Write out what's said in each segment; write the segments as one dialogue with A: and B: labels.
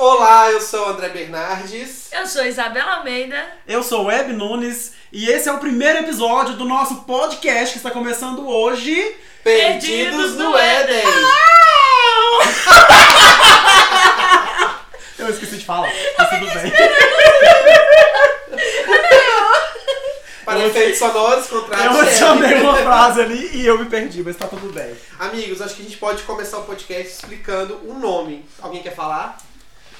A: Olá, eu sou o André Bernardes.
B: Eu sou Isabela Almeida.
C: Eu sou o Web Nunes e esse é o primeiro episódio do nosso podcast que está começando hoje.
A: Perdidos,
B: Perdidos
A: no
B: no
A: Éden.
C: Eu esqueci de falar, mas tudo bem.
A: Para
C: Eu
A: efeitos sonoros, contratos.
C: Eu
A: é.
C: chamei uma frase ali e eu me perdi, mas tá tudo bem.
A: Amigos, acho que a gente pode começar o podcast explicando o nome. Alguém quer falar?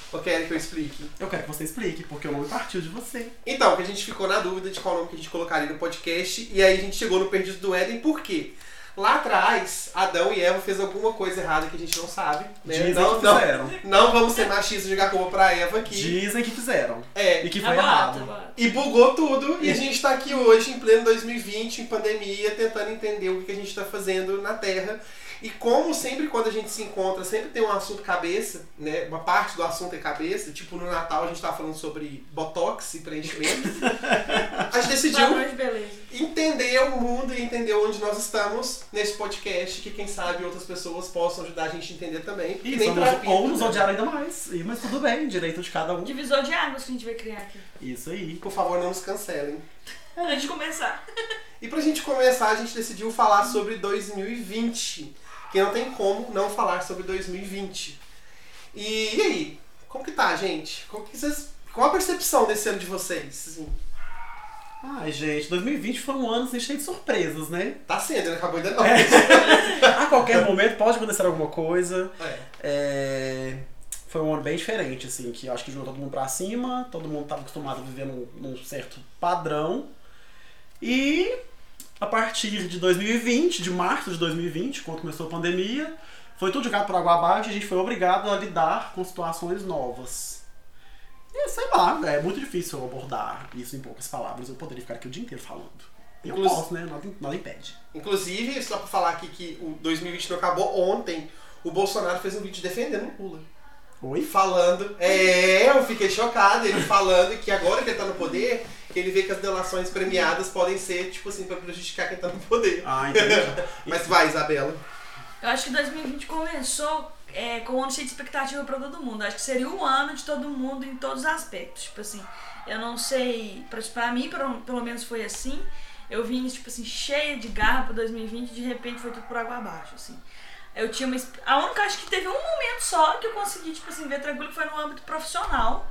A: Ou quer que eu explique?
C: Eu quero que você explique, porque o nome partiu de você.
A: Então, que a gente ficou na dúvida de qual nome que a gente colocaria no podcast. E aí a gente chegou no Perdidos do Éden, por quê? Lá atrás, Adão e Eva fez alguma coisa errada que a gente não sabe. Né?
C: Dizem
A: não,
C: que
A: não,
C: fizeram.
A: não vamos ser machistas e jogar culpa pra Eva aqui.
C: Dizem que fizeram.
A: É,
C: E que
B: É
C: foi
B: boato,
C: errado.
B: boato.
A: E bugou tudo.
C: É.
A: E a gente tá aqui hoje, em pleno 2020, em pandemia, tentando entender o que a gente tá fazendo na Terra. E como sempre quando a gente se encontra, sempre tem um assunto cabeça, né? Uma parte do assunto é cabeça. Tipo, no Natal a gente tá falando sobre botox e preenchimento. a gente decidiu
B: Padrões de beleza.
A: entender o mundo e entender onde nós estamos nesse podcast, que quem sabe outras pessoas possam ajudar a gente a entender também.
C: E
A: que nem
C: vamos-
A: terapia,
C: ou nos
A: né?
C: odiar ainda mais. E- Mas tudo bem, direito de cada um.
B: Divisor de águas que a gente vai criar aqui.
C: Isso aí.
A: Por favor, não nos cancelem.
B: Antes de É, começar.
A: E pra gente começar, a gente decidiu falar sobre 2020. Que não tem como não falar sobre 2020. E, e aí? Como que tá, gente? Como que vocês, qual a percepção desse ano de vocês? Assim,
C: Ai, gente, 2020 foi um ano assim, cheio de surpresas, né?
A: tá sendo, né? Acabou ainda não.
C: A qualquer momento pode acontecer alguma coisa.
A: É.
C: É, Foi um ano bem diferente, assim, que eu acho que jogou todo mundo pra cima, todo mundo tava acostumado a viver num, num certo padrão. E a partir de 2020, de março de 2020, quando começou a pandemia, foi tudo jogado por água abaixo e a gente foi obrigado a lidar com situações novas. E sei lá, é muito difícil eu abordar isso em poucas palavras, eu poderia ficar aqui o dia inteiro falando. E eu
A: Inclusive-
C: posso, né? Nada, nada impede.
A: Inclusive, só pra falar aqui que o 2020 não acabou ontem. O Bolsonaro fez um vídeo defendendo o Lula.
C: Oi?
A: Falando. É, eu fiquei chocado. Ele falando que agora que ele tá no poder, que ele vê que as delações premiadas podem ser, tipo assim, pra prejudicar quem tá no poder.
C: Ah, entendi.
A: Mas vai, Isabela.
B: Eu acho que 2020 começou é, com um ano cheio de expectativa pra todo mundo. Acho que seria um ano de todo mundo em todos os aspectos. Tipo assim, eu não sei. Pra, pra mim, pelo, pelo menos foi assim. Eu vim, tipo assim, cheia de garra pra 2020 e de repente foi tudo por água abaixo, assim. Eu tinha uma. esp- A única, acho que teve um momento só que eu consegui, tipo assim, ver tranquilo foi no âmbito profissional.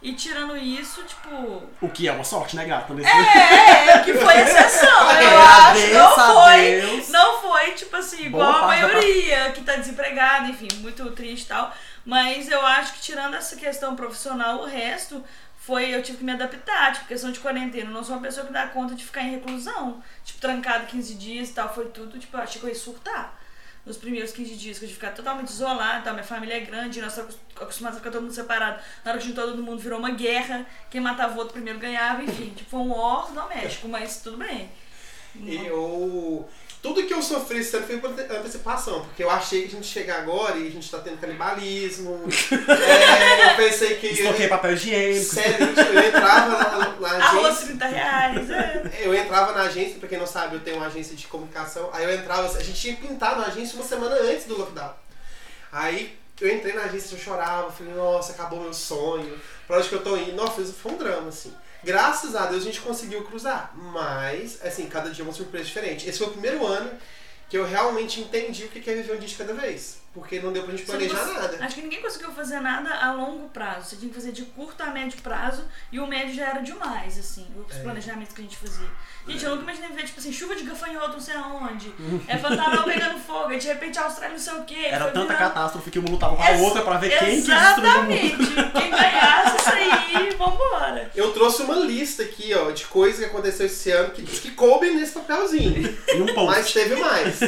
B: E tirando isso, tipo,
C: O que é uma sorte, né, gata? Nesse...
B: É, é, que foi exceção,
C: É,
B: eu acho.
C: Agradeça
B: Não
C: a
B: foi,
C: Deus.
B: não foi, tipo assim, igual
C: Boa
B: a
C: parte da
B: maioria que tá desempregada, enfim, muito triste e tal. Mas eu acho que tirando essa questão profissional, o resto foi, eu tive que me adaptar, tipo, questão de quarentena. Eu não sou uma pessoa que dá conta de ficar em reclusão. Tipo, trancado 15 dias e tal, foi tudo, tipo, eu achei que eu ia surtar. Nos primeiros 15 dias, que eu tive que ficar totalmente isolada, e tal. minha família é grande, nós estamos acostumados a ficar todo mundo separado. Na hora que juntou todo mundo, virou uma guerra. Quem matava o outro primeiro ganhava, enfim. Tipo, foi um horror doméstico, mas tudo bem.
A: Eu. Tudo que eu sofri esse ano foi por ante- antecipação, porque eu achei que a gente ia chegar agora e a gente tá tendo canibalismo. É, eu pensei que.
C: Estoquei papel higiênico.
A: Sério, gente, eu entrava na, na
B: Arroz,
A: agência.
B: 30 reais, é.
A: Eu entrava na agência, pra quem não sabe, eu tenho uma agência de comunicação. Aí eu entrava, a gente tinha pintado a agência uma semana antes do lockdown. Aí eu entrei na agência, eu chorava, falei, nossa, acabou meu sonho, pra onde que eu tô indo? Nossa, isso foi um drama, assim. Graças a Deus a gente conseguiu cruzar, mas, assim, cada dia é uma surpresa diferente. Esse foi o primeiro ano que eu realmente entendi o que é viver um dia de cada vez, porque não deu pra gente
B: Você não
A: planejar
B: cons-
A: nada.
B: Acho que ninguém conseguiu fazer nada a longo prazo. Você tinha que fazer de curto a médio prazo e o médio já era demais, assim, os
C: É.
B: planejamentos que a gente fazia. Gente, eu nunca imaginei ver, tipo assim, chuva de gafanhoto não sei aonde, é Pantanal pegando fogo, e de repente a Austrália não sei o quê.
C: Era
B: foi
C: tanta
B: virar-
C: catástrofe que uma lutava com a
B: Ex-
C: outra pra ver quem que destruiu o mundo.
B: Exatamente. Quem ganhasse isso aí, vambora.
A: Eu trouxe uma lista aqui, ó, de coisas que aconteceu esse ano que, que coube nesse papelzinho.
C: E um ponto.
A: Mas teve mais.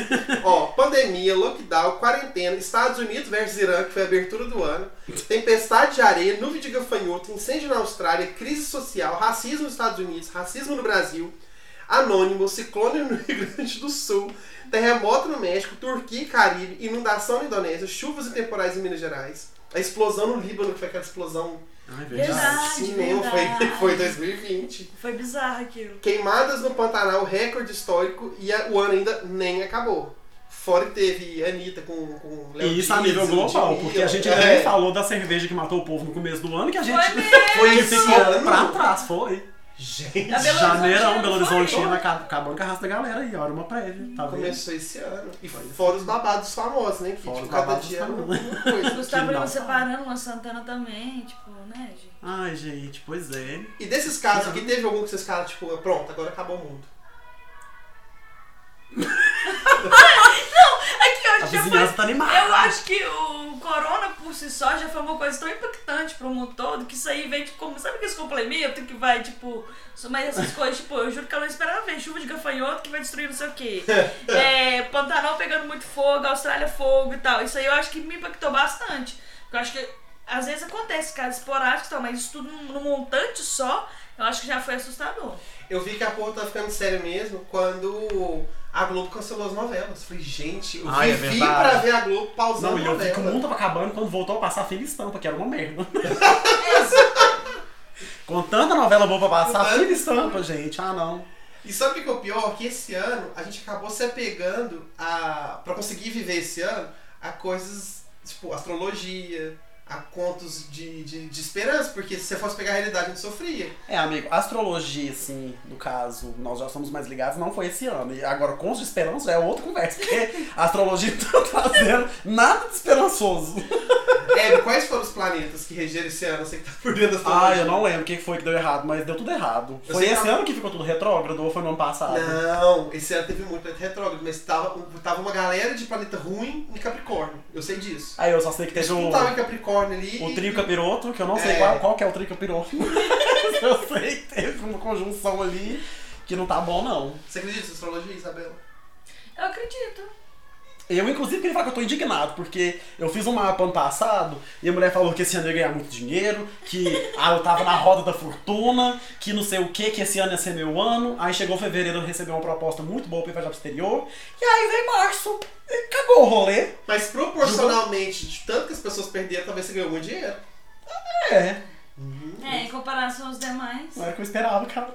A: Ó, pandemia, lockdown, quarentena, Estados Unidos versus Irã, que foi a abertura do ano, tempestade de areia, nuvem de gafanhoto, incêndio na Austrália, crise social, racismo nos Estados Unidos, racismo no Brasil, anônimo, ciclone no Rio Grande do Sul, terremoto no México, Turquia e Caribe, inundação na Indonésia, chuvas e temporais em Minas Gerais, a explosão no Líbano, que foi aquela explosão
C: Ai,
B: Verdade.
A: cinema, foi,
B: verdade.
A: foi 2020.
B: Foi bizarro aquilo.
A: Queimadas no Pantanal, recorde histórico, e a- o ano ainda nem acabou. Fora que teve Anitta com, com Léo
C: E isso a
A: Dias,
C: nível global,
A: Diniz,
C: porque a gente
A: é.
C: ainda nem falou da cerveja que matou o povo no começo do ano, que a gente
B: Foi mesmo!
A: Foi esse
C: ficou
A: ano?
C: pra trás, foi.
A: Gente,
B: Na Belo
C: Janeirão,
B: Horizonte,
C: Belo
B: não foi?
C: Horizontina, acab- acabando com a raça da galera aí, ó, era uma prévia, tá vendo?
A: começou esse ano. E fora os babados famosos, né? Que
C: Fora
A: tipo,
C: os
A: cada
C: babados
A: dia era uma
C: famosos.
A: coisa.
B: Gustavo
C: Que
B: Lima
C: não.
B: separando, uma Santana também, tipo, né, gente?
C: Ai, gente, pois é.
A: E desses casos aqui, teve algum que vocês ficaram tipo, pronto, agora acabou o mundo.
B: Aqui,
C: A
B: hoje já foi
C: vizinhança tá animada.
B: Eu acho que o corona por si só já foi uma coisa tão impactante pro mundo todo que isso aí vem de como. Sabe aqueles complementos que vai, tipo. Mas essas coisas, tipo, eu juro que eu não esperava ver chuva de gafanhoto que vai destruir não sei o quê. É, Pantanal pegando muito fogo, Austrália fogo e tal. Isso aí eu acho que me impactou bastante. Porque eu acho que às vezes acontece casos esporádicos e tal, mas isso tudo num num montante só, eu acho que já foi assustador.
A: Eu vi que a porra tá ficando séria mesmo quando a Globo cancelou as novelas. Falei, gente, eu
C: Ai, é
A: vivi
C: verdade.
A: pra ver a Globo pausando
C: Não,
A: a
C: e eu vi
A: novela.
C: que o mundo tava acabando quando voltou a passar Fina Estampa, que era uma merda. Com tanta novela boa pra passar, Fina Estampa, gente. Ah, não.
A: E sabe o que que é o pior? Que esse ano a gente acabou se apegando a. pra conseguir viver esse ano a coisas tipo astrologia, a contos de, de, de esperança, porque se você fosse pegar a realidade a gente sofria.
C: É, amigo, astrologia, assim, no caso, nós já somos mais ligados, não foi esse ano. E agora, com os de esperança já é outra conversa, porque a astrologia não tá trazendo nada de esperançoso.
A: É, quais foram os planetas que regeram esse ano? Você que tá por dentro da
C: Ah,
A: astrologia.
C: eu não lembro o que foi que deu errado, mas deu tudo errado.
A: Eu
C: Foi
A: sei
C: esse
A: que-
C: ano que ficou tudo retrógrado ou foi no ano passado?
A: Não, esse ano teve muito planeta retrógrado, mas tava, um, tava uma galera de planeta ruim em Capricórnio. Eu sei disso.
C: Aí eu só sei que teve o,
A: Um tava em Capricórnio ali.
C: o
A: e-
C: Hum. Um trio capiroto, que eu não sei
A: É.
C: qual, qual que é o trio capiroto. Mas eu sei que teve uma conjunção ali que não tá bom, não.
A: Você acredita em astrologia, Isabela?
B: Eu acredito.
C: Eu, inclusive, queria falar que eu tô indignado, porque eu fiz um mapa ano passado e a mulher falou que esse ano eu ia ganhar muito dinheiro, que ah, eu tava na roda da fortuna, que não sei o que, que esse ano ia ser meu ano. Aí chegou fevereiro, eu recebi uma proposta muito boa pra ir viajar pro exterior. E aí veio março, e cagou o rolê.
A: Mas proporcionalmente, de tanto que as pessoas perderam, talvez você ganhou algum dinheiro.
C: É,
B: É, em comparação aos demais.
C: não era o que eu esperava, cara.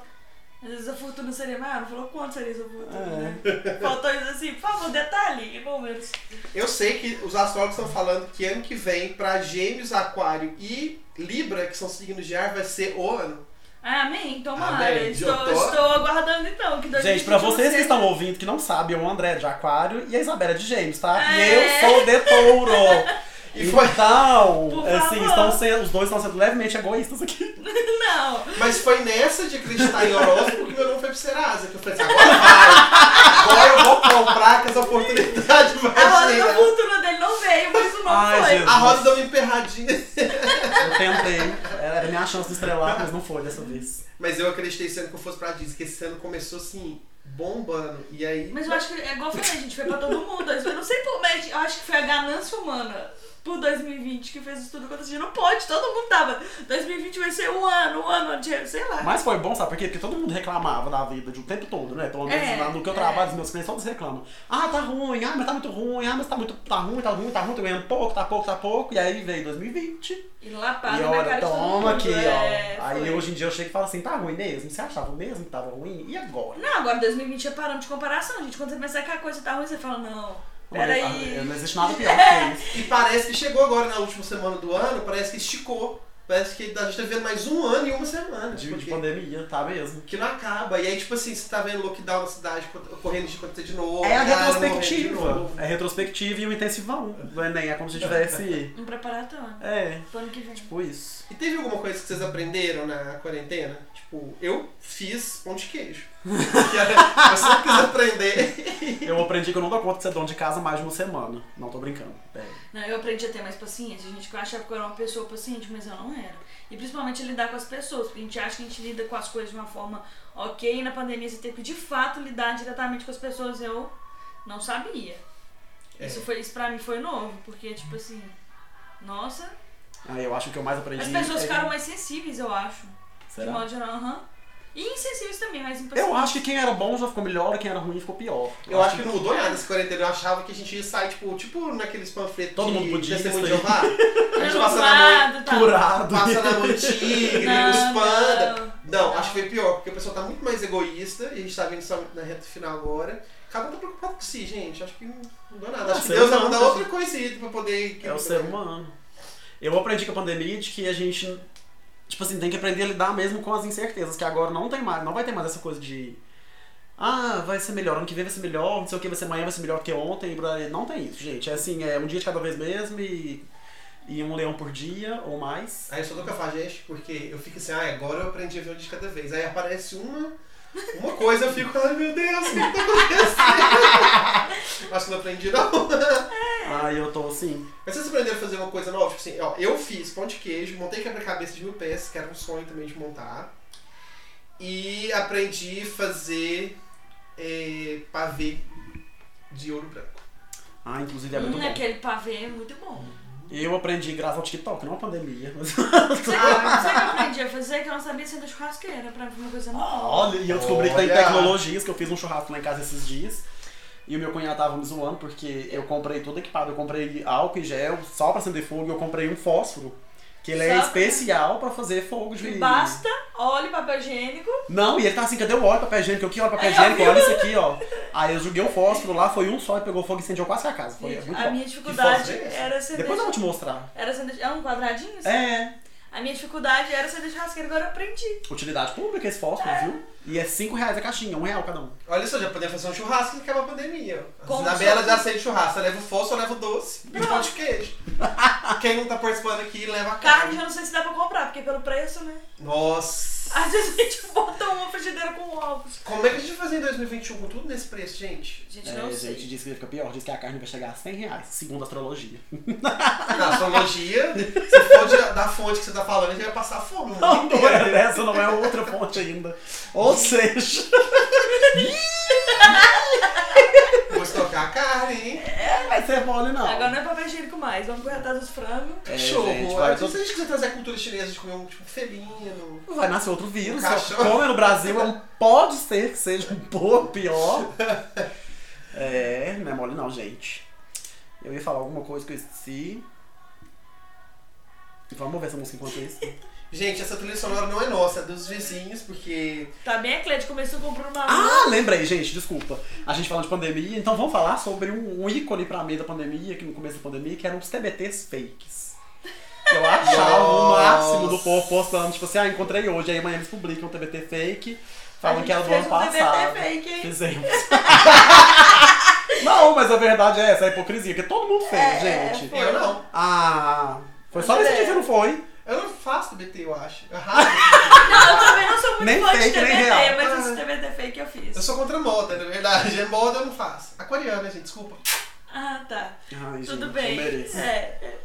B: Às vezes a fortuna seria maior, não falou quanto seria sua
C: É.
B: fortuna, né? Faltou isso assim, por favor, detalhe, pelo menos.
A: Eu sei que os astrólogos estão falando que ano que vem, pra Gêmeos, Aquário e Libra, que são signos de ar, vai ser o ano.
B: Ah, Amém, tomara.
A: Amém,
B: Estou,
A: eu tô-
B: estou aguardando então. Que
C: Gente, pra
B: 2021
C: vocês que
B: seja-
C: estão ouvindo que não sabem, o André é de Aquário e a Isabela é de Gêmeos, tá?
B: É.
C: E eu sou de Touro.
A: E foi-
C: Então,
B: Por
C: assim,
B: favor.
C: estão sendo, os dois estão sendo levemente egoístas aqui.
B: Não,
A: Mas foi nessa de acreditar em horóscopo que meu nome foi pro Serasa. Que eu falei assim, agora vai! Agora eu vou comprar que essa oportunidade
B: a roda
A: vai
B: da
A: chegar.
B: fortuna dele não veio, mas o nome
C: Ai,
B: foi.
C: Jesus.
A: A roda deu uma emperradinha.
C: Eu tentei. Era a minha chance de estrelar, mas não foi dessa vez.
A: Mas eu acreditei esse ano que eu fosse pra Disney, que esse ano começou assim, bombando. E aí.
B: Mas eu acho que, é igual eu falei, gente, foi pra todo mundo. Eu não sei por, mas eu acho que foi a ganância humana por 2020 que fez isso tudo acontecer. Não pode, todo mundo tava. 2020 vai ser um ano, um ano, de- sei lá.
C: Mas foi bom, sabe por quê? Porque todo mundo reclamava da vida de um tempo todo, né? Pelo menos
B: É,
C: lá no que eu
B: é.
C: trabalho, os meus clientes todos reclamam. Ah, tá ruim, ah, mas tá muito ruim, ah, mas tá muito. Tá ruim, tá ruim, tá ruim, tô ganhando pouco, tá pouco, tá pouco. E aí veio 2020.
B: E lapada
C: e
B: na cara
C: olha,
B: de todo mundo.
C: toma aqui,
B: é,
C: ó. Aí
B: foi.
C: hoje em dia eu chego e falo assim, tá ruim mesmo? Você achava mesmo que tava ruim? E agora?
B: Não, agora 2020 é parâmetro de comparação, gente. Quando você pensar que a coisa tá ruim, você fala, não,
C: Olha,
B: peraí.
C: Não existe nada pior que isso.
A: E parece que chegou agora na última semana do ano, parece que esticou. Parece que a gente tá vivendo mais um ano e uma semana.
C: De, de
A: porque-
C: pandemia, tá mesmo.
A: que não acaba. E aí, tipo assim, você tá vendo lockdown na cidade correndo de acontecer de novo.
C: É a
A: cara, morrendo de
C: retrospectiva.
A: novo.
C: É a retrospectiva e o intensivão do Enem. É como se tivesse.
B: Um preparatório.
C: É,
B: Pro ano que vem.
C: tipo isso.
A: E teve alguma coisa que vocês aprenderam na quarentena? Tipo, eu fiz pão de queijo. Que era- eu sempre quis aprender.
C: Eu aprendi que eu não dou conta de ser dono de casa mais de uma semana. Não tô brincando. É.
B: Não, eu aprendi a ter mais paciência, gente. Que eu achava que eu era uma pessoa paciente, mas eu não era. E principalmente lidar com as pessoas. Porque a gente acha que a gente lida com as coisas de uma forma ok. E na pandemia você teve que de fato lidar diretamente com as pessoas. Eu não sabia.
A: É.
B: Isso, foi, isso pra mim foi novo, porque tipo assim. Nossa,
C: Aí eu acho que eu mais aprendi.
B: as pessoas
C: é-
B: ficaram mais sensíveis, eu acho.
C: Será?
B: De modo geral, aham. E insensíveis também, mas impacientes.
C: Eu acho que quem era bom já ficou melhor e quem era ruim ficou pior.
A: Eu acho que não mudou nada essa quarentena. Eu achava que a gente ia sair, tipo, tipo naqueles panfletos
C: Todo mundo
A: de
C: budista,
A: testemunho de
C: isso
A: Jeová. A gente passa na mão,
B: Preocupado, tá.
C: curado.
A: passa na mão de tigre, os
B: Não,
A: panda.
B: não.
A: Não, acho que foi pior, porque o pessoal tá muito mais egoísta e a gente tá vendo só na reta final agora. Cada um tá preocupado com si, gente. Acho que não deu nada.
C: Ah,
A: acho que
C: ser
A: Deus vai
C: humano,
A: mandar
C: tá,
A: outra coisa aí pra poder.
C: É o ser humano. Eu aprendi com a pandemia de que a gente, tipo assim, tem que aprender a lidar mesmo com as incertezas, que agora não tem mais, não vai ter mais essa coisa de ah, vai ser melhor, ano que vem vai ser melhor, não sei o que, vai ser amanhã, vai ser melhor que ontem, blá, blá. não tem isso, gente. É assim, é um dia de cada vez mesmo e, e um leão por dia ou mais.
A: Aí eu só tô cafajeste porque eu fico assim, ah, agora eu aprendi a ver um de cada vez. Aí aparece uma, uma coisa, eu fico, ai meu Deus, o que tá acontecendo? acho que não aprendi não.
C: Aí eu tô assim,
A: Mas vocês aprenderam a fazer uma coisa nova? Tipo assim, ó, eu fiz pão de queijo, montei quebra-cabeça de mil peças, que era um sonho também de montar. E aprendi a fazer é, pavê de ouro branco.
C: ah, inclusive é muito bom.
B: Aquele pavê é muito bom.
C: Eu aprendi a gravar o TikTok, não a pandemia. Mas...
B: Sabe o que eu aprendi a fazer? Que eu não sabia ser da churrasqueira pra ver uma coisa nova.
C: Olha, e eu descobri que tá tem
A: Olha.
C: tecnologias, que eu fiz um churrasco lá em casa esses dias. E o meu cunhado tava me zoando, porque eu comprei todo equipado. Eu comprei álcool e gel só pra acender fogo e eu comprei um fósforo. Que ele é
B: Só pra-
C: especial pra fazer fogo de...
B: Basta óleo, papel higiênico.
C: Não, e ele tá assim, cadê o óleo, papel higiênico? Eu que óleo, papel higiênico, olha isso aqui, ó. Aí eu joguei o fósforo lá, foi um só e pegou fogo e incendiou quase que a casa. Foi é muito
B: a
C: bom.
B: minha dificuldade
A: fósforo é esse?
B: era ser
C: Depois eu
B: da-
C: vou te mostrar.
B: era ser da- É um quadradinho? assim?
C: É,
B: A minha dificuldade era ser da churrasqueira, agora eu aprendi.
C: utilidade pública esse fósforo, viu? E é 5 reais a caixinha, um real cada um.
A: Olha só, já podemos fazer um churrasco e acaba a pandemia.
B: Como
A: Na Bela
B: só-
A: já sei churrasco, leva o fósforo, leva o doce e o pão de queijo. Quem não tá participando aqui, leva a
B: Carne
A: carne.
B: já não sei se dá pra comprar, porque pelo preço, né?
A: Nossa!
B: Às vezes a gente bota uma frigideira com ovos.
A: Como é que a gente vai fazer em 2021 com tudo nesse preço, gente?
B: Gente,
C: É,
B: não sei.
C: gente, diz que fica pior, diz que a carne vai chegar a 100 reais, segundo a astrologia.
A: Na astrologia, se for de- da fonte que você tá falando, a gente vai passar fome. um o mundo
C: Não,
A: inteiro.
C: não é dessa, não é outra fonte ainda. Ou seja,
A: Vou estocar a carne, hein?
C: não vai ser mole, não.
B: Agora não é papel higiênico mais, vamos correr atrás dos frangos.
C: É,
A: Cachorro.
C: gente, vai
A: se
C: todo-
A: a gente quiser trazer a cultura chinesa de comer um tipo, felino.
C: Vai nascer outro vírus.
A: Um
C: só
A: cachorro.
C: Como é no Brasil, é um- pode ser que seja um pouco pior. É, não é mole, não, gente. Eu ia falar alguma coisa que eu esqueci. Vamos ver essa música enquanto isso.
A: Gente, essa trilha sonora não é nossa, é dos vizinhos, porque.
B: Tá bem eclético, começou com o Bruno Mars.
C: Ah, lembrei, gente, desculpa. A gente falando de pandemia, então vamos falar sobre um, um ícone pra mim da pandemia, que no começo da pandemia, que eram os TBTs fakes. Eu achava o máximo do povo postando, tipo assim, ah, encontrei hoje, aí amanhã eles publicam um TBT fake, falam que era do
B: um
C: ano passado.
B: fake, hein?
C: Fizemos. Não, mas a verdade é essa, a hipocrisia, que todo mundo fez,
B: É,
C: gente.
B: Foi. é.
A: Eu não.
C: Ah, foi só nesse dia que não foi.
A: Eu não faço BT, eu acho. Eu raro.
B: Não, eu também não sou muito
C: Nem
B: fã de
C: fake, nem real.
B: TBT, mas
A: Ah.
B: esse TBT fake eu
A: eu
B: fiz.
A: sou contra moda, na verdade. É moda, eu não faço. Aquariana, gente, desculpa.
B: Ah, tá.
C: Ai,
B: Tudo
C: gente,
B: bem.
C: Eu mereço.
B: É, é.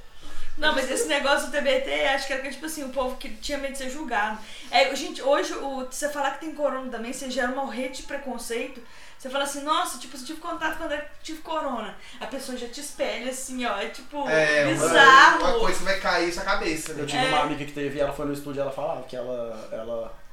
B: Não, mas esse negócio do TBT, acho que era tipo assim, o povo que tinha medo de ser julgado. É, gente, hoje, o, você falar que tem corona também, você gera uma rede de preconceito. Você fala assim, nossa, tipo, se tive contato quando eu tive corona. A pessoa já te espelha, assim, ó, é tipo,
A: É, uma-
B: bizarro.
A: Uma coisa vai cair na sua cabeça, né?
C: Eu tive
B: É.
C: uma amiga que teve, ela foi no estúdio e ela falava que ela, ela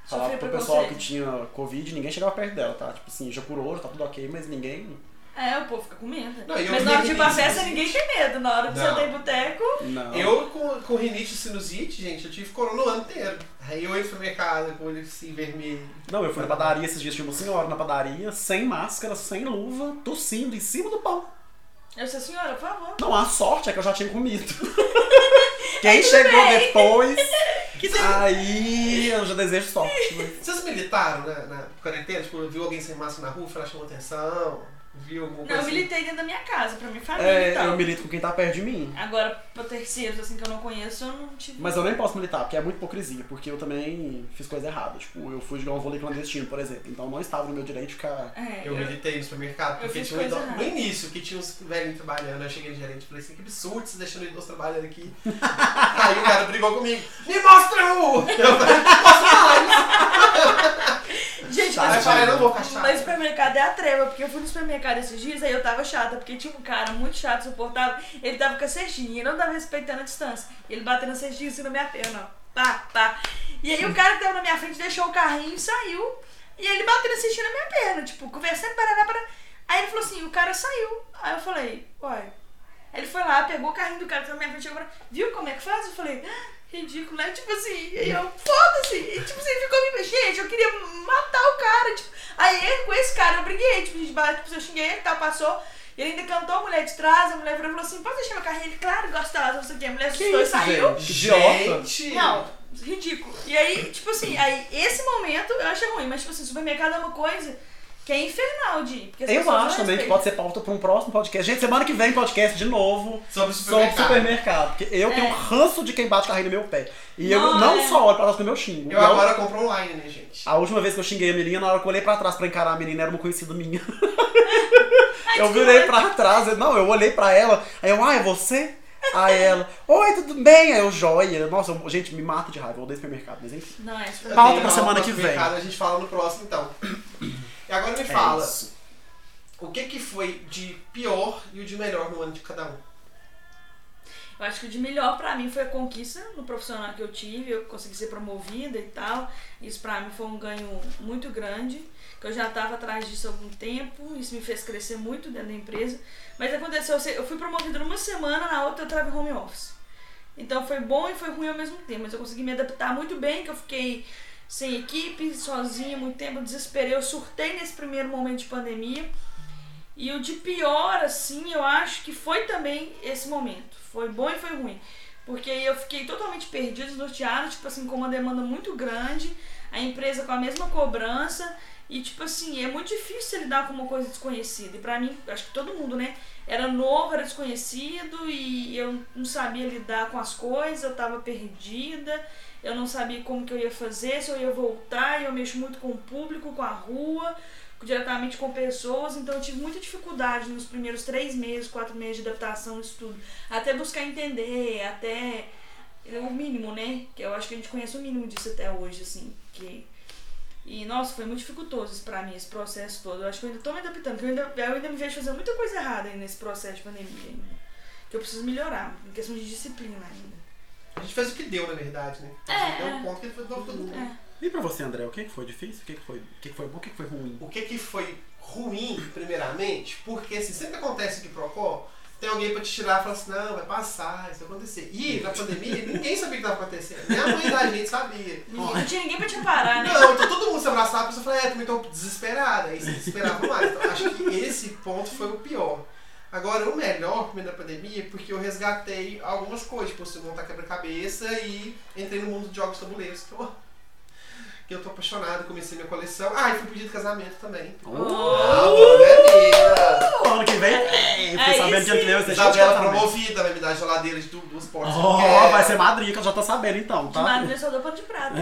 C: falava
B: Sofria
C: pro pessoal que
B: preconceito.
C: tinha Covid ninguém chegava perto dela, tá? Tipo assim, já curou, tá tudo ok, mas ninguém.
B: É, o povo fica com medo.
A: Não, e eu
B: mas na hora de
A: queria
B: ir pra
A: que
B: festa,
A: isso-
B: ninguém tem medo. Na hora de
A: Não.
B: você ter boteco,
C: Não.
A: Eu com, com rinite e sinusite, gente, eu tive corona o ano inteiro. Aí eu entro na minha casa com o olho assim vermelho.
C: Não, eu fui na padaria esses dias, tinha uma senhora na padaria, sem máscara, sem luva, tossindo em cima do pão.
B: eu disse, senhora, por favor.
C: Não, a sorte é que eu já tinha comido. Quem chegou depois.
B: É Que
C: Aí eu já desejo sorte. né?
A: Vocês militaram na, na quarentena? Tipo, viu alguém sem máscara na rua, foi lá, chamou atenção? Viu alguma
B: Não,
A: coisa
B: eu
A: assim?
B: militei dentro da minha casa, pra minha família e
C: É,
B: tal.
C: eu milito com quem tá perto de mim.
B: Agora, pra terceiros, assim, que eu não conheço, eu não tive.
C: Mas eu nem posso militar, porque é muito hipocrisia, porque eu também fiz coisa errada. Tipo, eu fui jogar um vôlei clandestino, por exemplo. Então não estava no meu direito de ficar.
B: É,
A: Eu
B: eu-
A: militei no supermercado,
B: eu
A: porque
B: fiz
A: tinha um
B: coisa
A: idoso. No
B: errada.
A: início, que tinha uns velhinhos trabalhando, eu cheguei no gerente e falei assim, que absurdo vocês deixando o idoso trabalhando aqui. Aí o cara brigou comigo, me mostra o! Eu falei,
B: Gente,
C: Tá,
A: Aí eu
B: mas, tipo,
A: falei,
C: gente.
A: não vou ficar
B: mas o
A: chato.
B: supermercado é a treva, porque eu fui no supermercado esses dias, aí eu tava chata, porque tinha um cara muito chato, suportável, ele tava com a cestinha, ele não tava respeitando a distância. Ele bateu na cestinha assim na minha perna, ó. Pá, pá. E aí o cara que tava na minha frente deixou o carrinho e saiu. E ele bateu na cestinha na minha perna, tipo, conversando, parará, parará. Aí ele falou assim, o cara saiu. Aí eu falei, uai. Aí Ele foi lá, pegou o carrinho do cara que tava na minha frente agora, viu como é que faz? Eu falei, "Ah, ridículo, né? Tipo assim, e eu, foda-se! E tipo assim, ficou me. Gente, eu queria matar o cara. Tipo, aí ele, com esse cara eu briguei, tipo, de bate, tipo, eu xinguei ele, tá, passou. E ele ainda cantou a mulher de trás, a mulher virou e falou assim, pode deixar meu carrinho? Ele, claro, gosta lá, não sei o quê. A mulher assustou e saiu.
C: gente? Idiota.
A: Gente!
B: Não, ridículo. E aí, tipo assim, aí esse momento eu achei ruim, mas tipo assim, supermercado é uma coisa que é infernal de ir. Porque as
C: Eu
B: pessoas
C: acho
B: não
C: também que
B: respeitam.
C: pode ser pauta pra um próximo podcast. Gente, semana que vem podcast de novo.
A: Sobre
C: Sobre
A: supermercado.
C: supermercado. Porque eu
B: É.
C: tenho ranço de quem bate carrinho no meu pé. E eu
B: Não,
C: não
B: é.
C: só olho pra trás do meu xingo.
A: Eu agora compro online, né, gente?
C: A última vez que eu xinguei a menina, na hora que eu olhei pra trás pra encarar a menina, era uma conhecida minha.
B: Ai,
C: eu
B: desculpa,
C: virei pra trás, eu- não, eu olhei pra ela, aí eu, ah, é você? Aí ela, oi, tudo bem? Aí eu, joia. Nossa, eu- gente, me mata de raiva, eu odeio supermercado, mas enfim.
B: Não, é
A: Eu
B: super...
C: Pauta
A: tenho
C: pra
A: uma
C: semana
A: outra
C: que vem.
A: publicada, A gente fala no próximo, então. E agora me
C: É
A: fala,
C: isso.
A: o que que foi de pior e o de melhor no ano de cada um?
B: Eu acho que o de melhor pra mim foi a conquista no profissional que eu tive, eu consegui ser promovida e tal. Isso pra mim foi um ganho muito grande, que eu já tava atrás disso há algum tempo, isso me fez crescer muito dentro da empresa. Mas aconteceu, eu sei- eu fui promovida numa semana, na outra eu tava em home office. Então foi bom e foi ruim ao mesmo tempo, mas eu consegui me adaptar muito bem, que eu fiquei sem equipe, sozinha muito tempo, eu desesperei, eu surtei nesse primeiro momento de pandemia. E o de pior, assim, eu acho que foi também esse momento. Foi bom e foi ruim. Porque eu fiquei totalmente perdida, desnorteada, tipo assim, com uma demanda muito grande, a empresa com a mesma cobrança. E, tipo assim, é muito difícil lidar com uma coisa desconhecida. E pra mim, acho que todo mundo, né? Era novo, era desconhecido e eu não sabia lidar com as coisas, eu tava perdida, eu não sabia como que eu ia fazer, se eu ia voltar, e eu mexo muito com o público, com a rua diretamente com pessoas, então eu tive muita dificuldade nos primeiros três meses, quatro meses de adaptação, isso tudo. Até buscar entender, até o mínimo, né? Que eu acho que a gente conhece o mínimo disso até hoje, assim. Que... E, nossa, foi muito dificultoso isso pra mim, esse processo todo. Eu acho que eu ainda tô me adaptando, porque eu ainda, eu ainda me vejo fazendo muita coisa errada aí nesse processo de pandemia ainda. Que eu preciso melhorar, em questão de disciplina ainda.
A: A gente fez o que deu, na verdade, né? A gente
B: É.
A: deu um ponto que foi deu todo mundo.
B: É.
C: E pra você, André, o que que foi difícil? O que que foi, o que que foi bom? O que que foi ruim?
A: O que que foi ruim, primeiramente, porque assim, sempre acontece que Procó, tem alguém pra te tirar e falar assim, não, vai passar, isso vai acontecer. E na pandemia, ninguém sabia o que tava acontecendo. Nem a mãe da gente sabia.
B: Não tinha ninguém pra te parar, né?
A: Não, então todo mundo se abraçava, a pessoa falava, é, também tô desesperada, aí se desesperava mais. Então, acho que esse ponto foi o pior. Agora, o melhor pra mim na pandemia é porque eu resgatei algumas coisas, tipo, se montar quebra-cabeça e entrei no mundo de jogos tabuleiros, que eu, que eu tô apaixonado, comecei minha coleção. Ah, e fui pedido casamento também. Ah, beleza!
C: Oh, ano que vem, é, fiquei
B: Aí
C: sabendo que ano
B: sim.
C: que vem vai ser cheio de
A: Isabela É.
C: casamento.
A: promovida, vai me dar geladeira de du- duas portas. que eu
C: Oh,
A: quero.
C: vai ser madrinha, que eu já tô sabendo então,
B: De
C: tá?
B: madrinha só dou pano de prata.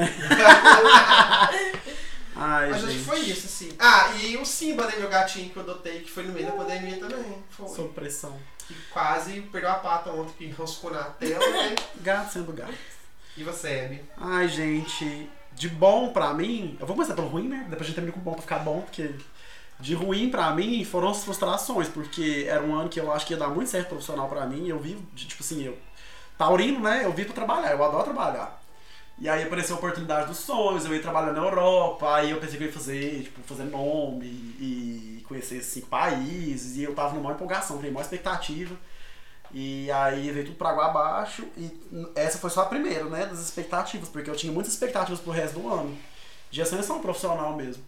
C: Ai,
A: Mas acho que
C: gente.
A: foi isso, assim. Ah, e o Simba, né, meu gatinho que eu adotei, que foi no meio da pandemia também. Foi.
C: Sob pressão.
A: que quase perdeu a pata ontem, que roscou na tela, né?
C: Gato sendo gato.
A: E você, Abby?
C: Ai, gente, de bom pra mim, eu vou começar pelo ruim, né? Depois a gente termina com o bom pra ficar bom, porque de ruim pra mim foram as frustrações, porque era um ano que eu acho que ia dar muito certo profissional pra mim, eu vivo, de- tipo assim, eu taurino, né? Eu vivo pra trabalhar, eu adoro trabalhar. E aí apareceu a oportunidade dos sonhos, eu ia trabalhar na Europa, aí eu pensei que eu ia fazer, tipo, fazer nome e conhecer cinco países, e eu tava numa empolgação, tinha maior expectativa. E aí veio tudo pra água abaixo. E n- essa foi só a primeira, né? Das expectativas, porque eu tinha muitas expectativas pro resto do ano. De ascensão profissional mesmo.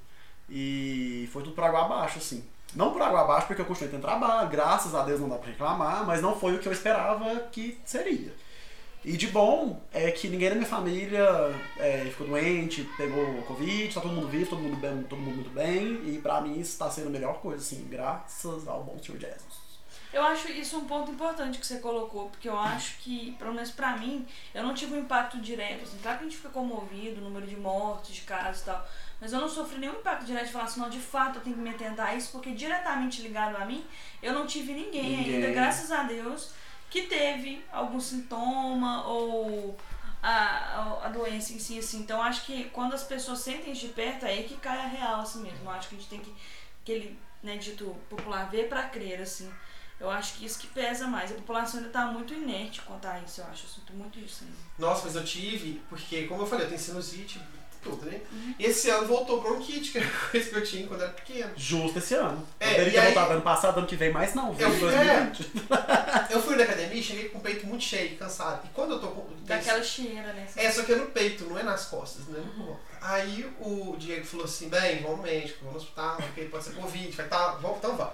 C: E foi tudo pra água abaixo, assim. Não por água abaixo, porque eu continuei tendo trabalho, graças a Deus não dá pra reclamar, mas não foi o que eu esperava que seria. E de bom é que ninguém da minha família é, ficou doente, pegou Covid, tá todo mundo vivo, todo mundo, bem, todo mundo muito bem, e pra mim isso tá sendo a melhor coisa, assim, graças ao bom Senhor Jesus.
B: Eu acho isso um ponto importante que você colocou, porque eu acho que, pelo menos pra mim, eu não tive um impacto direto. Assim, claro que a gente fica comovido, número de mortes, de casos e tal, mas eu não sofri nenhum impacto direto de falar assim, não, de fato eu tenho que me atentar a isso, porque diretamente ligado a mim, eu não tive ninguém,
C: Ninguém.
B: ainda, graças a Deus, que teve algum sintoma ou a, a doença em si, assim. Então acho que quando as pessoas sentem isso de perto, é aí que cai a real, assim mesmo. Eu acho que a gente tem que, aquele né, dito popular, ver pra crer, assim. Eu acho que isso que pesa mais. A população ainda tá muito inerte quanto a isso, eu acho. Eu sinto muito isso ainda.
A: Nossa, mas eu tive, porque, como eu falei, eu tenho sinusite, tudo, né? E esse ano voltou bronquite, que era a coisa que eu tinha quando era pequeno.
C: Justo esse ano.
A: É,
C: Poderia
A: e
C: ter
A: aí-
C: voltado ano tá passado, ano que vem, mas não. Veio
A: Eu- é.
C: em 2020.
A: Eu fui na academia e cheguei com o peito muito cheio, cansado. E quando eu tô com.
B: Daquela cheira, né?
A: É, só que é no peito, não é nas costas, né? Aí o Diego falou assim, bem, vamos ao médico, vamos no hospital, porque pode ser Covid, vai tá, vamos, então vamos.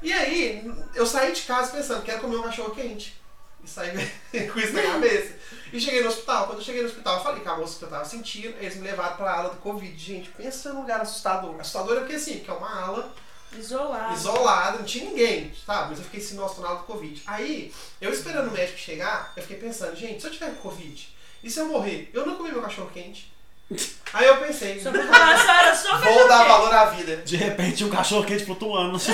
A: E aí, eu saí de casa pensando, quero comer um cachorro quente. E saí com isso na cabeça. E cheguei no hospital, quando eu cheguei no hospital, eu falei com a moça que eu tava sentindo, eles me levaram pra ala do Covid. Gente, pensa num lugar assustador. Assustador é porque assim, que é uma ala
B: Isolado.
A: isolado, não tinha ninguém, sabe? Mas eu fiquei assim, nossa, tô do Covid. Aí, eu esperando o médico chegar, eu fiquei pensando, gente, se eu tiver Covid, e se eu morrer? Eu não comi meu cachorro quente. Aí eu pensei,
B: Só pra passar, era só
A: vou dar
B: cachorro
A: valor à vida.
C: De repente, um cachorro quente flutuando.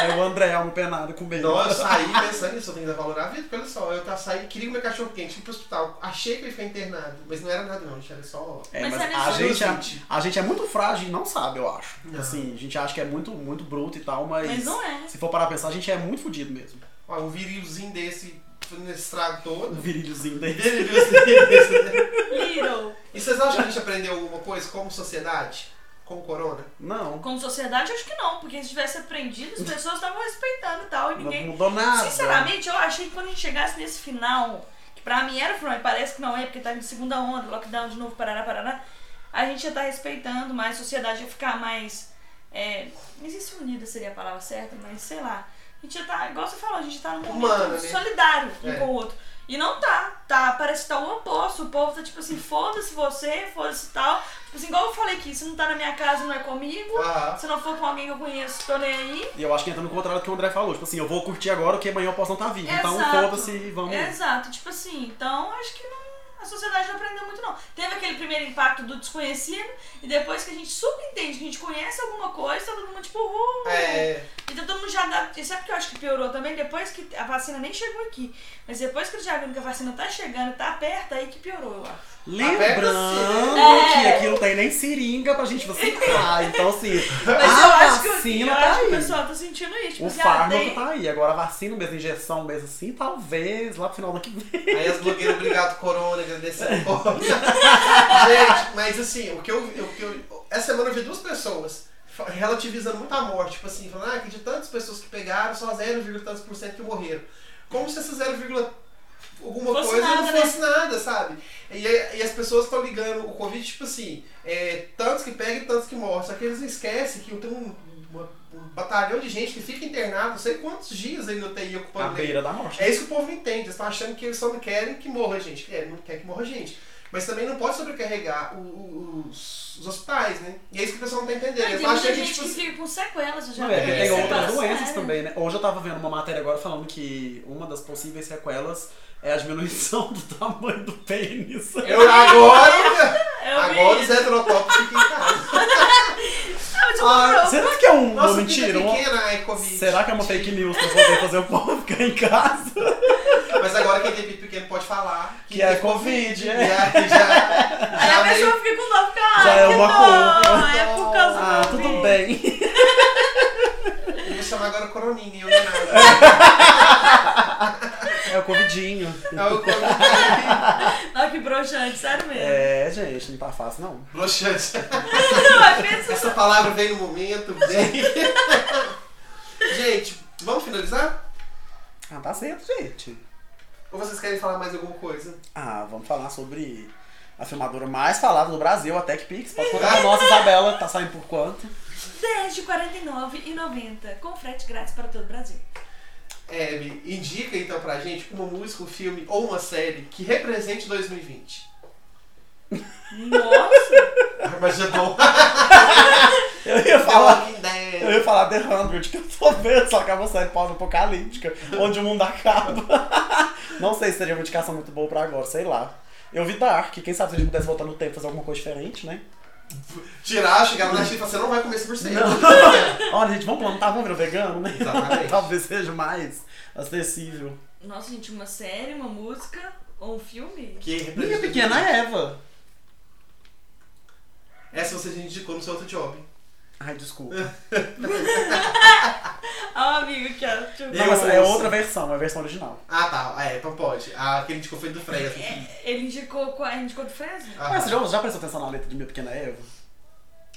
C: Aí o André é um penado com medo.
A: Não, eu saí pensando nisso, eu tenho que dar valor à vida, porque olha só, eu tá- saí, queria comer cachorro quente, fui pro hospital, achei que ele foi internado, mas não era nada não, gente, era só...
C: É,
B: Mas
C: mas,
B: olha
C: a,
B: só.
C: gente
A: Gente.
C: é, a gente é muito frágil e não sabe, eu acho.
A: Não.
C: Assim, a gente acha que é muito, muito bruto e tal, mas.
B: Mas não é.
C: Se for parar pra pensar, a gente é muito fodido mesmo.
A: Ó, um virilzinho desse, fazendo esse estrago
C: O
A: todo.
C: virilhozinho daí.
A: Virilzinho desse, né?
B: Little.
A: E vocês acham que a gente aprendeu alguma coisa como sociedade? Com o corona?
C: Não.
B: Como sociedade, acho que não, porque se tivesse aprendido, as pessoas estavam respeitando e tal, e
C: Não
B: ninguém.
C: mudou nada.
B: Sinceramente, eu achei que quando a gente chegasse nesse final, que pra mim era final, e parece que não é, porque tá em segunda onda, lockdown de novo, parará, parará, a gente ia estar respeitando mais, a sociedade ia ficar mais. É, não sei se unida seria a palavra certa, mas sei lá. A gente ia estar, igual você falou, a gente tá num momento
A: Humana, né?
B: solidário um
A: É.
B: com o outro. E não tá, tá, parece que tá o oposto. O povo tá tipo assim, foda-se você, foda-se tal. Tipo assim, igual eu falei que se não tá na minha casa, não é comigo.
A: Ah,
B: Se não for com alguém que eu conheço, tô nem aí.
C: E eu acho que entra no contrário do que o André falou. Tipo assim, eu vou curtir agora, porque amanhã eu posso não estar vivo. Então
B: Exato.
C: foda-se e vamos.
B: Exato, tipo assim, então acho que não- a sociedade não aprendeu muito não. Teve aquele primeiro impacto do desconhecido e depois que a gente subentende que a gente conhece alguma coisa, todo mundo tipo, uh,
A: é...
B: então todo mundo já dá, e sabe o que eu acho que piorou também? Depois que a vacina nem chegou aqui, mas depois que eles já viram que a vacina tá chegando, tá perto, aí que piorou, eu acho.
C: Lembrando
B: Aperta-se, né?
C: que
B: É.
C: aqui não tem nem seringa pra gente vacinar. Então, assim,
B: Mas
C: a
B: eu acho que, eu-
C: vacina
B: eu
C: tá
B: acho que o
C: aí.
B: pessoal tá sentindo isso, tipo
C: o
B: assim, ah,
C: fármaco
B: tem-
C: tá aí. Agora a vacina mesmo, a injeção mesmo assim, talvez lá pro final do que vem.
A: Aí as blogueiras, obrigado, Corona, agradecendo. Gente, mas assim, o que eu, o que eu. Essa semana eu vi duas pessoas fa- relativizando muito a morte, tipo assim, falando, ah, que de tantas pessoas que pegaram, só 0, tantos por cento que morreram. Como se essa 0, alguma
B: Fosse
A: coisa
B: nada, né?
A: não fosse nada, sabe? E, aí- e as pessoas estão ligando o Covid, tipo assim, é, tantos que pegam e tantos que morrem. Só que eles esquecem que tem um, uma- um batalhão de gente que fica internado, não sei quantos dias aí no TI
C: À
A: ocupando
C: beira da morte.
A: é isso que o povo não entende. Eles estão achando que eles só não querem que morra gente. É, não quer que morra gente. Mas também não pode sobrecarregar o- o- os, os hospitais, né? E é isso que o pessoal não tá entendendo.
B: Ai,
A: Eles
B: tem
A: acham
B: muita
A: que,
B: gente
A: tipo,
B: que
A: assim,
B: fica com sequelas, eu já
C: Não,
B: vi
C: é, porque tem
A: É.
C: outras
B: sequelas
C: doenças
B: sérias.
C: também, né? Hoje eu tava vendo uma matéria agora falando que uma das possíveis sequelas é a diminuição do tamanho do pênis.
A: eu agora,
B: Eu vi
A: agora os
B: isso.
A: heterotópicos ficam em casa.
B: Ah, mas eu
C: Ah,
B: comprou.
C: será que é um, uma
A: Nossa,
C: mentira?
A: mentira,
C: Uma-
A: pequena é Covid.
C: Será que é uma fake news pra poder fazer o povo ficar em casa?
A: Mas agora quem tem pipi pequeno pode falar
C: Que é
A: tem
C: Covid, é.
A: E aí já,
B: Aí a
A: já meio-
B: pessoa fica com dó, fica, ah,
C: Já é
B: que
C: uma
B: dó,
A: culpa.
B: é por causa
C: Ah,
B: do
C: tudo
B: Covid.
C: bem.
A: Eu vou chamar agora Coroninha, eu não nada.
C: É o covidinho.
A: É o Covid.
B: Não, que broxante, sério mesmo.
C: É, gente, não tá fácil não.
A: Broxante.
B: Mas pensa
A: Essa palavra veio no momento, bem. gente, vamos finalizar?
C: Ah, tá certo, gente.
A: Ou vocês querem falar mais alguma coisa?
C: Ah, vamos falar sobre a filmadora mais falada do Brasil, a TechPix. Pode contar a nossa, Isabela, tá saindo por quanto?
B: desde R$ 49,90 com frete grátis para todo o Brasil.
A: É, me indica então pra gente uma música, um filme ou uma série que represente 2020.
B: Nossa!
A: Armagedon,
C: Eu ia
A: The
C: falar.
A: Walking
C: Eu
A: Dead.
C: ia falar The 100, que eu tô vendo, só que é uma série pós-apocalíptica, onde o mundo acaba. Não sei se seria uma indicação muito boa pra agora, sei lá. Eu vi Dark, quem sabe se a gente pudesse voltar no tempo e fazer alguma coisa diferente, né?
A: Tirar, chegar na China e falar, você não vai comer 100%.
C: Olha, gente, vamos plantar, vamos virar vegano, né?
A: Exatamente.
C: Talvez seja mais acessível.
B: Nossa, gente, uma série, uma música ou um filme?
A: Que
C: Minha
A: represente
C: pequena né?
A: 2020.
C: Eva.
A: Essa você já indicou no seu outro job.
C: Ai, desculpa.
B: Ó, amigo que é. tipo,
C: Não, mas
A: Eu
C: é
A: ouço.
C: outra versão, é a versão original.
A: Ah, tá. É, então pode. Ah, aquele de confeito do Fresno.
C: É.
B: Ele indicou. qual- Ele indicou do Fresno?
A: Ah,
C: Mas você já, já prestou atenção na letra de Minha Pequena Eva?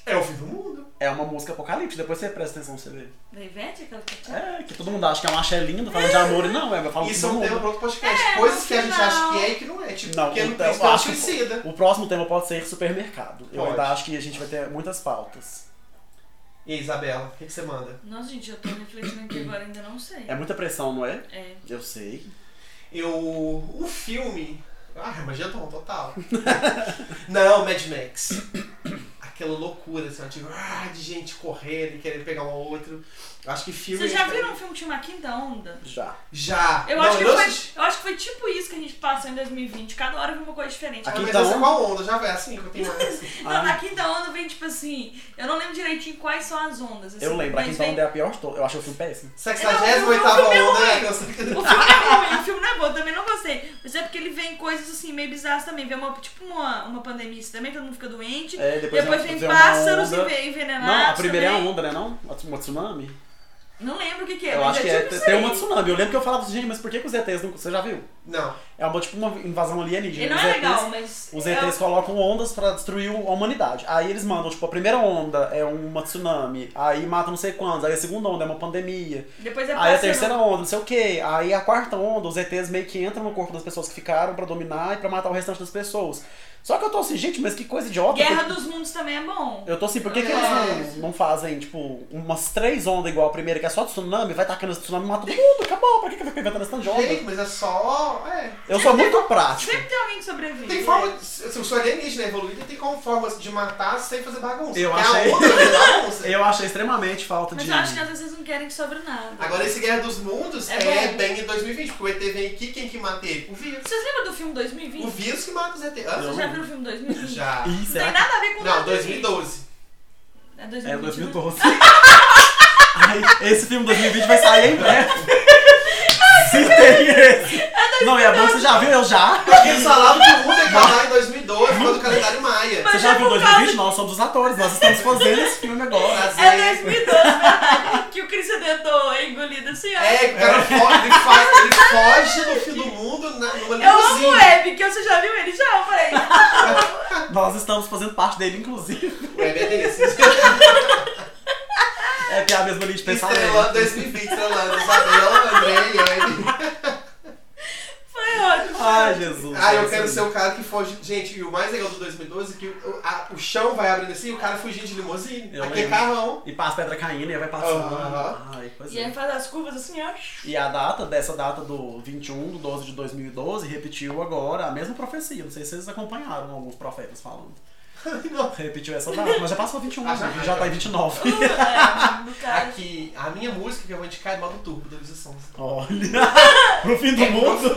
A: É o fim do mundo.
C: É uma música apocalipse, depois você presta atenção, você vê.
B: Da Ivete? Aquela que tinha.
C: É, que todo mundo acha que é um axé lindo, falando de amor e não, é, fala
A: Isso é
C: do
A: um
C: mundo.
A: tema pra outro podcast.
B: É,
A: Coisas
B: no
A: que a gente
B: final.
A: acha que é e que não é. Tipo,
C: Não,
A: que é
C: então,
A: principal
C: acho que-
A: suicida.
C: O próximo tema pode ser supermercado. Eu
A: Pode.
C: ainda acho que a gente vai ter muitas pautas.
A: E aí, Isabela, o que, que você manda?
B: Nossa, gente, eu tô refletindo aqui agora, ainda não sei.
C: É muita pressão, não é?
B: É.
C: Eu sei.
A: Eu. O filme. Ah, Armagedon, total. não, Mad Max. Aquela loucura, assim, ó, tipo, ah, de gente correndo e querendo pegar um ao outro. Eu acho que filme.
B: Vocês já viram um filme que chama Quinta Onda?
C: Já.
A: Já.
B: Eu,
A: Não,
B: acho que
A: não
B: foi,
A: assisti.
B: eu acho que foi tipo isso que a gente passou em 2020. Cada hora vem uma coisa diferente.
A: Ah,
C: Aqui
A: mas
C: tá
A: essa é
C: um.
A: qual onda? Já vai assim, que eu tenho mais.
B: Não,
C: Ah.
B: na quinta onda vem tipo assim. Eu não lembro direitinho quais são as ondas. assim,
C: Eu lembro, aqui
B: mas
C: então
B: vem-
C: é a pior de todas. Eu achei o filme péssimo.
A: 68
B: Não, não, não,
A: onda é
B: não.
A: cancelada.
B: O filme é ruim, o filme não é bom, eu também não gostei. Mas é porque ele vem coisas assim, meio bizarras também. Vem uma, tipo uma, uma pandemia assim, também, todo mundo fica doente.
C: É, depois,
B: Depois
C: vem-
B: vem
C: vem uma
B: pássaros
C: onda.
B: enve- envenenados.
C: Não, a primeira
B: também.
C: é a onda, né? Não? Uma tsunami?
B: Não lembro o que, que é,
C: Eu
B: mas
C: acho que
B: é
C: é.
B: tipo isso
C: Tem
B: aí.
C: uma tsunami. Eu lembro que eu falava assim, gente, mas por que, que os ETs não. Você já viu?
A: Não.
C: É uma, tipo uma invasão alienígena.
B: Ele não
C: Os
B: é
C: ETs
B: legal, mas.
C: Os
B: é-
C: ETs colocam ondas pra destruir a humanidade. Aí eles mandam, tipo, a primeira onda é uma tsunami, aí matam não sei quantos, aí a segunda onda é uma pandemia,
B: Depois é
C: aí Ah, a
B: pássaro.
C: terceira onda, não sei o quê, aí a quarta onda, os ETs meio que entram no corpo das pessoas que ficaram pra dominar e pra matar o restante das pessoas. Só que eu tô assim, gente, mas que coisa idiota.
B: Guerra É.
C: por-
B: dos Mundos também é bom.
C: Eu tô assim, por que, que eles não, não fazem, tipo, umas três ondas igual a primeira, que é só tsunami, vai tacando esse tsunami, mata todo mundo, acabou, pra que, que vai inventando essa de onda?
A: Gente, mas é só. É.
C: Eu sou muito prático.
B: Sempre tem alguém que sobrevive.
A: Tem forma. Se se o seu alienígena é evoluído, tem como formas de matar sem fazer bagunça.
C: Eu
A: Tem
C: achei-
A: a outra fazer bagunça.
C: Eu achei extremamente falta
B: Mas
C: de.
B: eu acho que às vezes vocês não querem que sobre nada.
A: Agora, esse Guerra dos Mundos
B: É
A: é,
B: bom.
A: bem em 2020, porque o ET vem aqui, quem que mata ele? O vírus.
B: Vocês lembram do filme
A: O
B: 2020?
A: vírus que mata os ET. Hã?
B: Vocês já viram o filme 2020?
A: Já.
C: Ih,
B: Não
C: será
B: tem
C: que-
B: nada a ver com
A: Não,
B: 2020.
A: 2012.
B: É
C: É,
B: 2012.
C: 2012. Ai, esse filme 2020 vai sair em breve. Se tem esse. Não, e é bom que você já viu, eu já.
A: Porque eles falavam que o mundo ia acabar em 2012, quando o calendário Maia.
B: Mas
C: Você já
B: é
C: viu
B: por causa
C: 2020? Nós somos os atores, nós estamos fazendo esse filme agora.
B: É 2012, verdade. né? Que o Chris Redentor é engolido assim, ó.
A: É, o cara foge, ele, faz, ele foge do fim do mundo na, numa
B: Eu amo o
A: limusine.
B: Web, que você já viu ele já? Eu falei.
C: Nós estamos fazendo parte dele, inclusive.
A: É, beleza.
C: É que é a mesma linha de
A: Estrelando
C: pensamento.
A: 2020, estrelando Isabela, André e Anne.
B: Foi ótimo.
C: Ai, Jesus.
A: Ah, eu quero ser o cara que foge. Gente, e o mais legal do 2012 é que o, a- o chão vai abrindo assim e o cara fugindo de limusine.
C: Eu
A: Aquele
C: lembro.
A: carrão.
C: E passa a pedra caindo e vai passando.
A: Aham.
C: Ai, pois
B: E aí
C: é.
B: faz as curvas assim, ó.
C: E a data, dessa data do 21 de 12 de 2012, repetiu agora a mesma profecia. Não sei se vocês acompanharam alguns profetas falando.
A: Não.
C: Repetiu essa data, mas já passou 21,
A: Ah,
C: já,
A: já,
C: já tá em 29.
B: É, do cara.
A: Aqui, a minha música que eu vou indicar é Modo Turbo, do Luiz Sonza. É
C: Olha, pro fim do mundo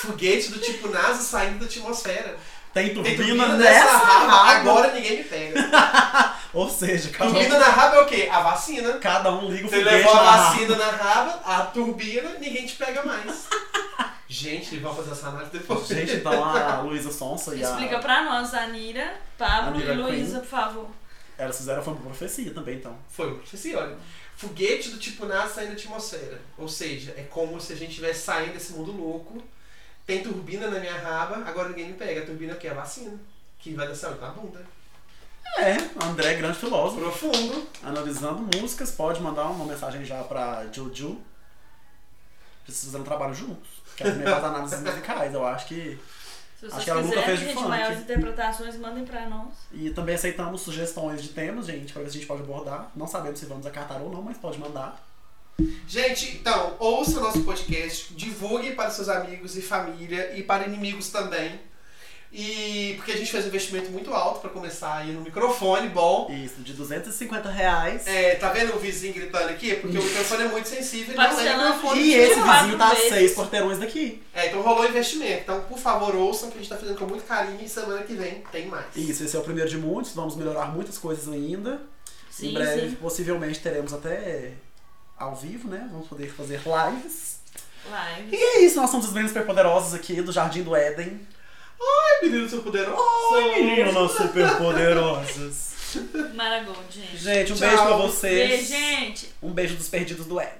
A: Foguete do tipo NASA saindo da atmosfera.
C: tem
A: Tem
C: turbina,
A: turbina
C: nessa
A: nessa raba,
C: água.
A: agora ninguém me pega.
C: Ou seja, cada um,
A: Turbina na raba é o quê? A vacina.
C: cada um liga o
A: Você
C: foguete
A: levou
C: na
A: a
C: raba.
A: vacina na raba, a turbina, ninguém te pega mais. Gente, eles vão fazer essa análise depois.
C: Gente, então a Luísa Sonsa e
B: Explica
C: a...
B: pra nós, Anira, Pablo
C: Anira
B: e Luísa,
C: Queen.
B: por favor.
C: Elas fizeram foi uma profecia também, então.
A: Foi o professor, olha. Foguete do tipo NASA saindo da atmosfera. Ou seja, é como se a gente estivesse saindo desse mundo louco. Tem turbina na minha raba, agora ninguém me pega. A turbina é o quê? A vacina. Que vai dançar na bunda.
C: É, André é grande filósofo.
A: Profundo.
C: Analisando músicas, pode mandar uma mensagem já pra Jojo. Precisamos fazer um trabalho juntos. Que ela também faz análises musicais, eu acho que...
B: Se
C: Acho
B: vocês
C: que ela nunca
B: quiserem,
C: fez de
B: gente,
C: funk.
B: maiores interpretações, mandem pra nós.
C: E também aceitamos sugestões de temas, gente, pra ver se a gente pode abordar. Não sabemos se vamos acatar ou não, mas pode mandar.
A: Gente, então, ouça o nosso podcast, divulgue para seus amigos e família e para inimigos também. E porque a gente fez um investimento muito alto para começar aí no microfone, bom.
C: Isso, de 250 reais.
A: É, tá vendo o vizinho gritando aqui? Porque o microfone é muito sensível e não é
B: Parcelando
A: microfone.
C: E esse
B: Quatro
C: vizinho tá a
B: vezes.
C: seis porteirões daqui.
A: É, então rolou investimento. Então, por favor, ouçam que a gente tá fazendo com muito carinho e semana que vem tem mais.
C: Isso, esse é o primeiro de muitos. Vamos melhorar muitas coisas ainda.
B: Sim,
C: em breve,
B: sim.
C: possivelmente, teremos até ao vivo, né? Vamos poder fazer lives. E
B: Live.
C: é isso, nós somos os meninos superpoderosos aqui do Jardim do Éden.
A: Ai, menino, seu poderoso!
C: Meninas superpoderosas.
B: Maragold, gente.
C: Gente, um
A: Tchau.
C: beijo pra vocês.
B: Beijo, gente.
C: Um beijo dos perdidos do Ed.